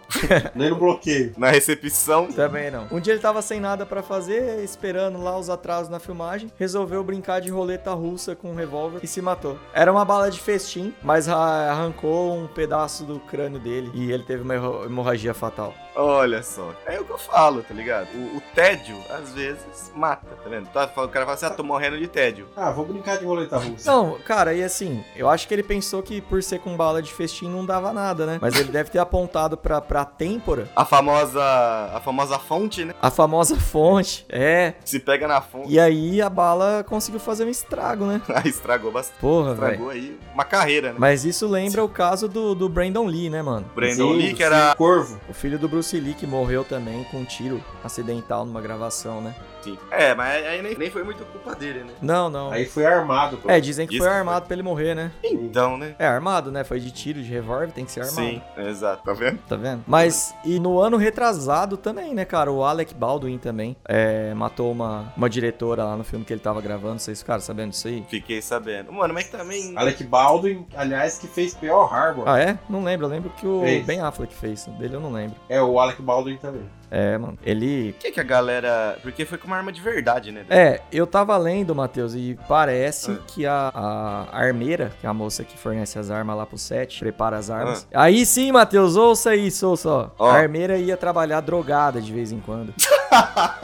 Speaker 5: nem no bloqueio.
Speaker 6: Na recepção,
Speaker 4: também não. Um dia ele tava sem nada pra fazer, esperando lá os atrasos na filmagem, resolveu brincar de roleta russa com um revólver e se matou. Era uma bala de festim, mas ra- arrancou um pedaço do crânio dele e ele teve uma hemorra- hemorragia fatal.
Speaker 6: olha só. É o que eu falo, tá ligado? O, o tédio, às vezes, mata, tá vendo? Tá, fala- O cara fala assim, ah, tô morrendo de tédio.
Speaker 5: Ah, vou brincar de roleta russa.
Speaker 4: Não, cara, e assim, eu acho que ele pensou que por ser com bala de festim não dava nada, né? Mas ele deve ter apontado pra, pra têmpora
Speaker 6: A famosa, a famosa fonte, né?
Speaker 4: a famosa (laughs) fonte, é.
Speaker 6: Se pega na fonte,
Speaker 4: E aí a bala conseguiu fazer um estrago, né?
Speaker 6: aí (laughs) estragou bastante.
Speaker 4: Porra, velho.
Speaker 6: Estragou aí uma carreira, né?
Speaker 4: Mas isso lembra o caso do, do Brandon Lee, né, mano?
Speaker 6: Brandon
Speaker 5: Sim,
Speaker 6: Lee, que era...
Speaker 5: sim, Corvo.
Speaker 4: O filho do Bruce Lee que morreu também com um tiro acidental numa gravação, né?
Speaker 6: Sim. É, mas aí nem, nem foi muito culpa dele, né?
Speaker 4: Não, não.
Speaker 5: Aí foi armado. pô.
Speaker 4: É, dizem que
Speaker 6: Isso
Speaker 4: foi
Speaker 6: que
Speaker 4: armado pra ele morrer, né?
Speaker 6: Então, né?
Speaker 4: É armado, né? Foi de tiro, de revólver, tem que ser armado.
Speaker 6: Sim, exato. Tá vendo?
Speaker 4: Tá vendo? Mas, e no ano retrasado também, né, cara? O Alec Baldwin também é, matou uma, uma diretora lá no filme que ele tava gravando. Vocês ficaram sabendo disso aí?
Speaker 6: Fiquei sabendo. Mano, mas também...
Speaker 5: Alec Baldwin, aliás, que fez Pearl Harbor.
Speaker 4: Ah, é? Não lembro. Eu lembro que o
Speaker 5: Fez.
Speaker 4: Ben Affleck fez. Dele eu não lembro.
Speaker 5: É, o Alec Baldwin também.
Speaker 4: É, mano. Ele.
Speaker 6: Por que, que a galera. Porque foi com uma arma de verdade, né?
Speaker 4: É, eu tava lendo, Matheus, e parece
Speaker 6: Ah.
Speaker 4: que a, a armeira, que é a moça que fornece as armas lá pro set, prepara as armas. Aí sim, Matheus, ouça isso, ouça, ó.
Speaker 6: Ah. Ó.
Speaker 4: A armeira ia trabalhar drogada de vez em quando.
Speaker 6: (laughs)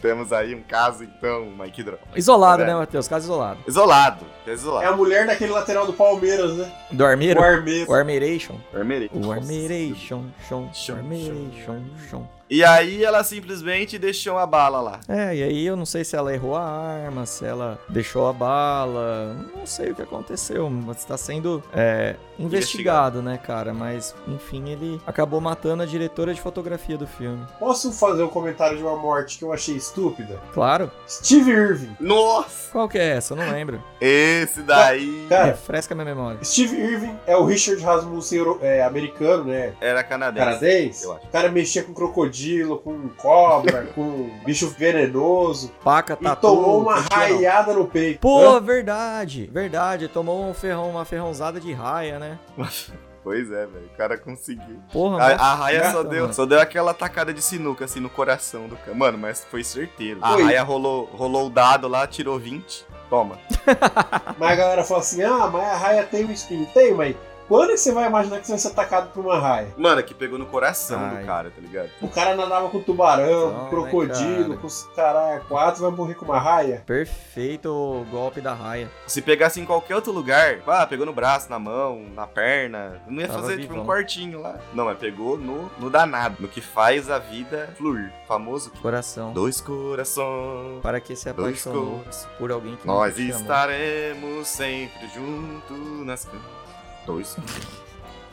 Speaker 6: Temos aí um caso, então, mas que droga.
Speaker 4: Isolado,
Speaker 6: É.
Speaker 4: né, Matheus? Caso isolado.
Speaker 6: Isolado. É
Speaker 5: É a
Speaker 6: isolado.
Speaker 5: mulher daquele lateral do Palmeiras, né?
Speaker 4: Do
Speaker 5: O
Speaker 4: armeiro?
Speaker 5: Armeiro.
Speaker 4: O armeiration.
Speaker 6: É. Armeirei.
Speaker 4: O Armeireixon, chon,
Speaker 6: Chon,
Speaker 4: Armeireixon, chon.
Speaker 6: E aí ela simplesmente deixou a bala lá.
Speaker 4: É, e aí eu não sei se ela errou a arma, se ela deixou a bala, não sei o que aconteceu, mas tá sendo é, investigado, né, cara? Mas, enfim, ele acabou matando a diretora de fotografia do filme.
Speaker 5: Posso fazer um comentário de uma morte que eu achei estúpida?
Speaker 4: Claro.
Speaker 5: Steve Irving.
Speaker 6: Nossa!
Speaker 4: Qual que é essa? Eu não lembro.
Speaker 6: Esse daí
Speaker 5: Cara,
Speaker 4: Refresca minha memória.
Speaker 5: Steve Irving é o Richard Rasmussen euro- é, americano, né?
Speaker 6: era canadense.
Speaker 5: Canadense.
Speaker 6: eu
Speaker 5: O
Speaker 6: acho.
Speaker 5: cara mexia com crocodilo, com
Speaker 4: (laughs)
Speaker 5: cobra, com bicho venenoso.
Speaker 4: Paca,
Speaker 5: E
Speaker 4: tatu...
Speaker 5: tomou uma
Speaker 4: continua, não.
Speaker 5: raiada no peito. né?
Speaker 4: Pô,
Speaker 5: Hã?
Speaker 4: verdade, verdade. Tomou um ferrão, uma ferrãozada de raia, né?
Speaker 6: Pois é, velho. O cara conseguiu.
Speaker 4: Porra,
Speaker 6: A,
Speaker 4: mano.
Speaker 6: a raia só
Speaker 4: Nossa,
Speaker 6: deu,
Speaker 4: mano.
Speaker 6: só deu aquela tacada de sinuca, assim, no coração do cara. Mano, mas foi certeiro. A
Speaker 5: Foi.
Speaker 6: raia rolou, rolou o dado lá, tirou 20. Toma.
Speaker 5: Mas a galera fala assim: ah, mas a raia tem um espinho. Tem, mas quando é que você vai imaginar que você vai ser atacado por uma raia?
Speaker 6: Mano, que pegou no coração
Speaker 4: Ai.
Speaker 6: do cara, tá ligado?
Speaker 5: O cara nadava com tubarão,
Speaker 4: Não,
Speaker 5: com crocodilo,
Speaker 4: né,
Speaker 5: com os caralho, quatro, vai morrer com uma raia?
Speaker 4: Perfeito o golpe da raia.
Speaker 6: Se pegasse em qualquer outro lugar, ah, pegou no braço, na mão, na perna, não ia
Speaker 4: Tava
Speaker 6: fazer tipo um
Speaker 4: vivão.
Speaker 6: cortinho lá. Não, mas pegou no, no danado, no que faz a vida fluir. Famoso que-
Speaker 4: Coração.
Speaker 6: dois corações,
Speaker 4: Para que se
Speaker 6: dois
Speaker 4: apaixonou
Speaker 6: corações.
Speaker 4: por alguém que nunca
Speaker 6: Nós
Speaker 4: te amou.
Speaker 6: estaremos sempre juntos nas can- Dois.
Speaker 4: (laughs)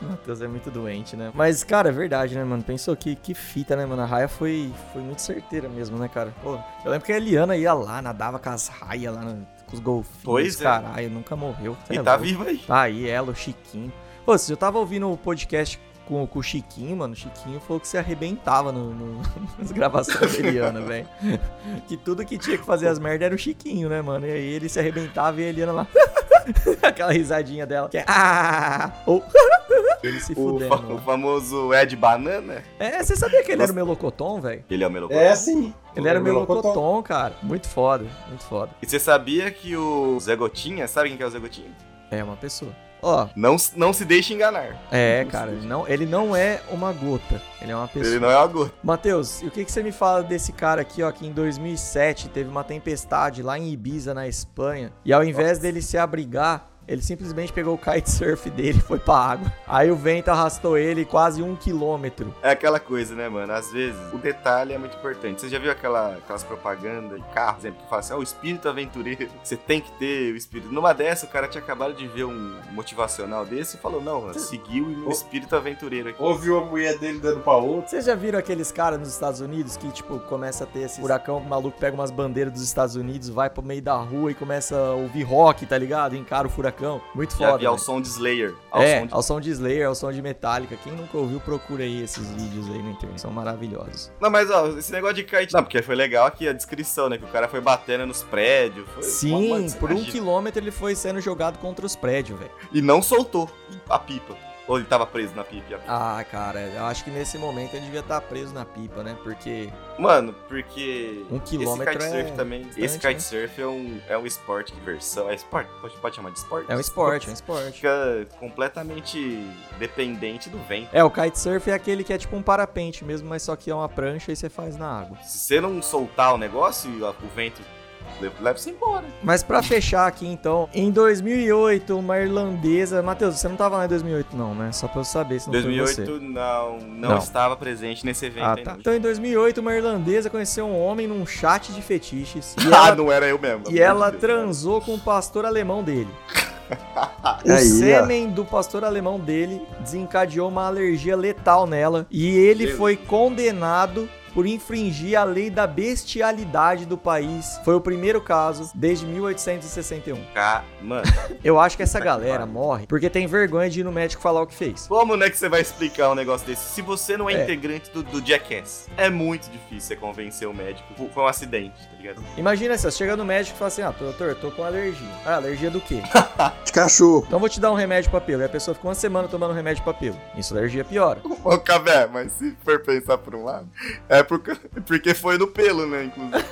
Speaker 4: Matheus é muito doente, né? Mas, cara, é verdade, né, mano? Pensou que, que fita, né, mano? A raia foi, foi muito certeira mesmo, né, cara? Pô, eu lembro que a Eliana ia lá, nadava com as raias lá, no- com os golfinhos,
Speaker 6: Pois é.
Speaker 4: caralho, nunca morreu. Cê
Speaker 6: E
Speaker 4: é
Speaker 6: tá
Speaker 4: louco.
Speaker 6: vivo aí.
Speaker 4: Tá aí ela, o Chiquinho. Pô, você já tava ouvindo o podcast com, com o Chiquinho, mano. O Chiquinho falou que se arrebentava no, no- (laughs) nas gravações dele, Ana, velho. Que tudo que tinha que fazer as merdas era o Chiquinho, né, mano? E aí ele se arrebentava e a Eliana lá. (laughs) Aquela risadinha dela, que é. Ah! Ou. (laughs) ele se
Speaker 6: O,
Speaker 4: fudendo. né?
Speaker 6: fa- o
Speaker 4: mano.
Speaker 6: famoso Ed Banana,
Speaker 4: É, você sabia que ele era o Melocotão, velho?
Speaker 6: ele é o melocotão.
Speaker 5: É, sim.
Speaker 4: Ele era um o
Speaker 5: Melocotão.
Speaker 4: Melocotão, cara. Muito foda, muito foda.
Speaker 6: E você sabia que o Zé Gotinha, sabe quem que é o Zé Gotinha?
Speaker 4: É uma pessoa. Ó,
Speaker 6: Não, s- não se deixe enganar.
Speaker 4: é, cara, ele não, ele não é uma gota. Ele é uma pessoa.
Speaker 6: Ele não é uma gota.
Speaker 4: Matheus, e o que, que você me fala desse cara aqui, ó, que em 2007 teve uma tempestade lá em Ibiza, na Espanha, e ao invés dele se abrigar, ele simplesmente pegou o kitesurf (laughs) dele e foi pra água. Aí o vento arrastou ele quase um quilômetro.
Speaker 6: É aquela coisa, né, mano? Às vezes o detalhe é muito importante. Você já viu aquela, aquelas propagandas de carro, por exemplo, que fala assim: ah, o espírito aventureiro, (laughs) você tem que ter o espírito. Numa dessa, o cara tinha acabado de ver um motivacional desse e falou: não, mano, seguiu o espírito aventureiro aqui.
Speaker 5: Ouviu a mulher dele dando pra outra.
Speaker 4: Vocês já viram aqueles caras nos Estados Unidos que, tipo, começa a ter esse furacão, o maluco pega umas bandeiras dos Estados Unidos, vai pro meio da rua e começa a ouvir rock, tá ligado? Encara o furacão. Muito
Speaker 6: Já
Speaker 4: foda.
Speaker 6: vi ao
Speaker 4: né?
Speaker 6: som de Slayer. Ao
Speaker 4: É,
Speaker 6: som de...
Speaker 4: ao som de Slayer, ao som de Metallica. Quem nunca ouviu, procura aí esses vídeos aí na internet. São maravilhosos.
Speaker 6: Não, mas ó, esse negócio de kite. Não, porque foi legal aqui a descrição, né? Que o cara foi batendo nos prédios. Foi...
Speaker 4: Sim,
Speaker 6: Mano, você
Speaker 4: por um
Speaker 6: imagina.
Speaker 4: quilômetro ele foi sendo jogado contra os prédios, velho.
Speaker 6: E não soltou a pipa. Ou ele tava preso na pipa. e a pipa-
Speaker 4: Ah, cara, eu acho que nesse momento ele devia estar preso na pipa, né? Porque
Speaker 6: Mano, porque.
Speaker 4: Um quilômetro
Speaker 6: Esse kitesurf
Speaker 4: é
Speaker 6: também.
Speaker 4: bastante,
Speaker 6: esse kitesurf é, um, é um esporte de versão. É esporte? Pode, pode chamar de esporte?
Speaker 4: é um esporte, é um esporte.
Speaker 6: Fica completamente dependente do vento.
Speaker 4: É, o kitesurf é aquele que é tipo um parapente mesmo, mas só que é uma prancha e você faz na água.
Speaker 6: Se você não soltar o negócio, e o vento le- leva você embora.
Speaker 4: Mas pra fechar aqui então, em 2008, uma irlandesa. Matheus, você não tava lá em 2008, não, né? Só pra eu saber se não foi você.
Speaker 6: 2008 não, não,
Speaker 4: Não.
Speaker 6: estava presente nesse evento
Speaker 4: Ah,
Speaker 6: ainda.
Speaker 4: tá. Então, em 2008, uma irlandesa conheceu um homem num chat de fetiches. E
Speaker 6: Ah,
Speaker 4: ela,
Speaker 6: não era eu mesmo.
Speaker 4: e ela transou com o pastor alemão
Speaker 6: (laughs)
Speaker 4: dele. O
Speaker 7: Aí, ó.
Speaker 4: sêmen do pastor alemão dele desencadeou uma alergia letal nela. E ele
Speaker 6: Jesus.
Speaker 4: foi condenado por infringir a lei da bestialidade do país. Foi o primeiro caso desde 1861.
Speaker 6: Cara, mano,
Speaker 4: Eu acho que essa
Speaker 6: Puta que
Speaker 4: galera
Speaker 6: pariu.
Speaker 4: morre porque tem vergonha de ir no médico falar o que fez.
Speaker 6: como né que você vai explicar um negócio desse? Se você não é,
Speaker 4: É.
Speaker 6: integrante do, do Jackass, é muito difícil você convencer o médico. Foi um acidente, tá ligado?
Speaker 4: Imagina se você chega no médico e fala assim: Ah, doutor, eu tô com alergia. Ah, alergia do quê?
Speaker 7: (laughs) De cachorro.
Speaker 4: Então eu vou te dar um remédio pra pelo. E a pessoa fica uma semana tomando remédio pra pelo. Isso a alergia piora.
Speaker 6: Ô, Cavé, mas se for pensar por um lado, é porque, (laughs) porque foi no pelo, né, inclusive.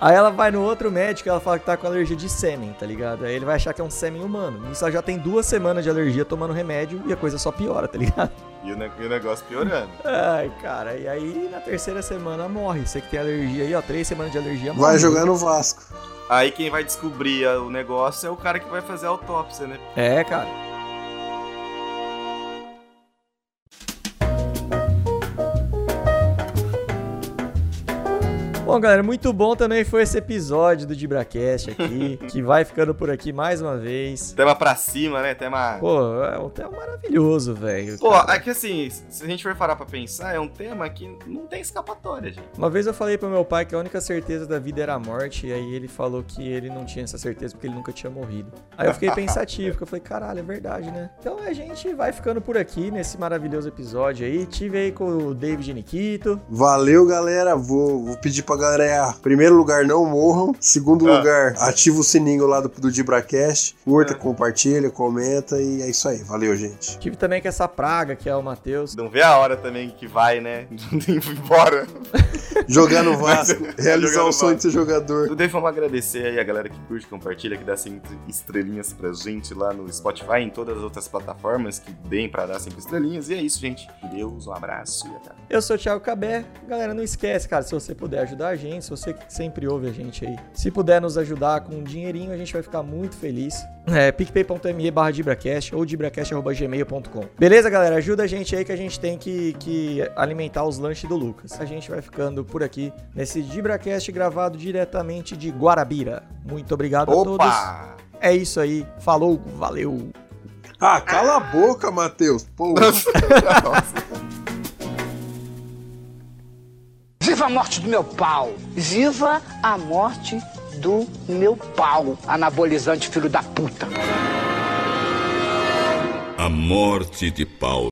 Speaker 4: Aí ela vai no outro médico e ela fala que tá com alergia de sêmen, tá ligado? Aí ele vai achar que é um sêmen humano. Isso ela já tem duas semanas de alergia tomando remédio e a coisa só piora, tá ligado? (laughs)
Speaker 6: E o, ne- e o negócio piorando.
Speaker 4: Ai, cara, e aí na terceira semana morre. Você que tem alergia aí, ó, três semanas de alergia morre.
Speaker 7: Vai jogar no Vasco.
Speaker 6: Aí quem vai descobrir ah, o negócio é o cara que vai fazer a autópsia, né?
Speaker 4: É, cara. Bom, galera, muito bom também foi esse episódio do
Speaker 7: (laughs)
Speaker 4: DibraCast aqui, que vai ficando por aqui mais uma vez.
Speaker 6: Tema pra cima, né? Tema.
Speaker 4: Pô, é um tema maravilhoso, velho.
Speaker 6: Pô,
Speaker 4: cara.
Speaker 6: é que assim, se a gente for parar pra pensar, é um tema que não tem escapatória, gente.
Speaker 4: Uma vez eu falei pro meu pai que a única certeza da vida era a morte, e aí ele falou que ele não tinha essa certeza porque ele nunca tinha morrido. Aí eu fiquei pensativo, porque eu falei, caralho, é verdade, né? Então a gente vai ficando por aqui nesse maravilhoso episódio aí. Tive aí com o David Nikito.
Speaker 7: Valeu, galera. Vou, vou pedir pra galera, primeiro lugar, não morram. Segundo
Speaker 6: Ah.
Speaker 7: lugar, ativa o sininho lá do, do DibraCast. Curta,
Speaker 5: Ah.
Speaker 7: compartilha, comenta e é isso aí. Valeu, gente.
Speaker 4: Tive também com essa praga que é o Matheus.
Speaker 6: Não vê a hora também que vai, né? (laughs) embora.
Speaker 7: Jogar
Speaker 5: (laughs)
Speaker 7: no Vasco, realizar
Speaker 6: Jogar no
Speaker 7: o sonho
Speaker 6: Vasco.
Speaker 7: de ser jogador.
Speaker 6: Tudo bem, vamos agradecer aí a galera que curte, compartilha, que dá cinco estrelinhas pra gente lá no Spotify, em todas as outras plataformas que deem pra dar cinco estrelinhas. E é isso, gente. Deus, um abraço e até.
Speaker 4: Eu sou o Thiago Cabé. Galera, não esquece, cara, se você puder ajudar a gente, se você que sempre ouve a gente aí, se puder nos ajudar com um dinheirinho, a gente vai ficar muito feliz. É picpay.me barra dibracast ou dibracast.gmail.com. Beleza, galera? Ajuda a gente aí que a gente tem que, que alimentar os lanches do Lucas. A gente vai ficando por aqui nesse Dibracast gravado diretamente de Guarabira. Muito obrigado a
Speaker 6: Opa!
Speaker 4: todos. É isso aí. Falou, valeu!
Speaker 7: Ah, cala a boca, Matheus. Pô.
Speaker 9: Viva a morte do meu pau! Viva a morte do meu pau, anabolizante filho da puta!
Speaker 8: A A morte de Paulo.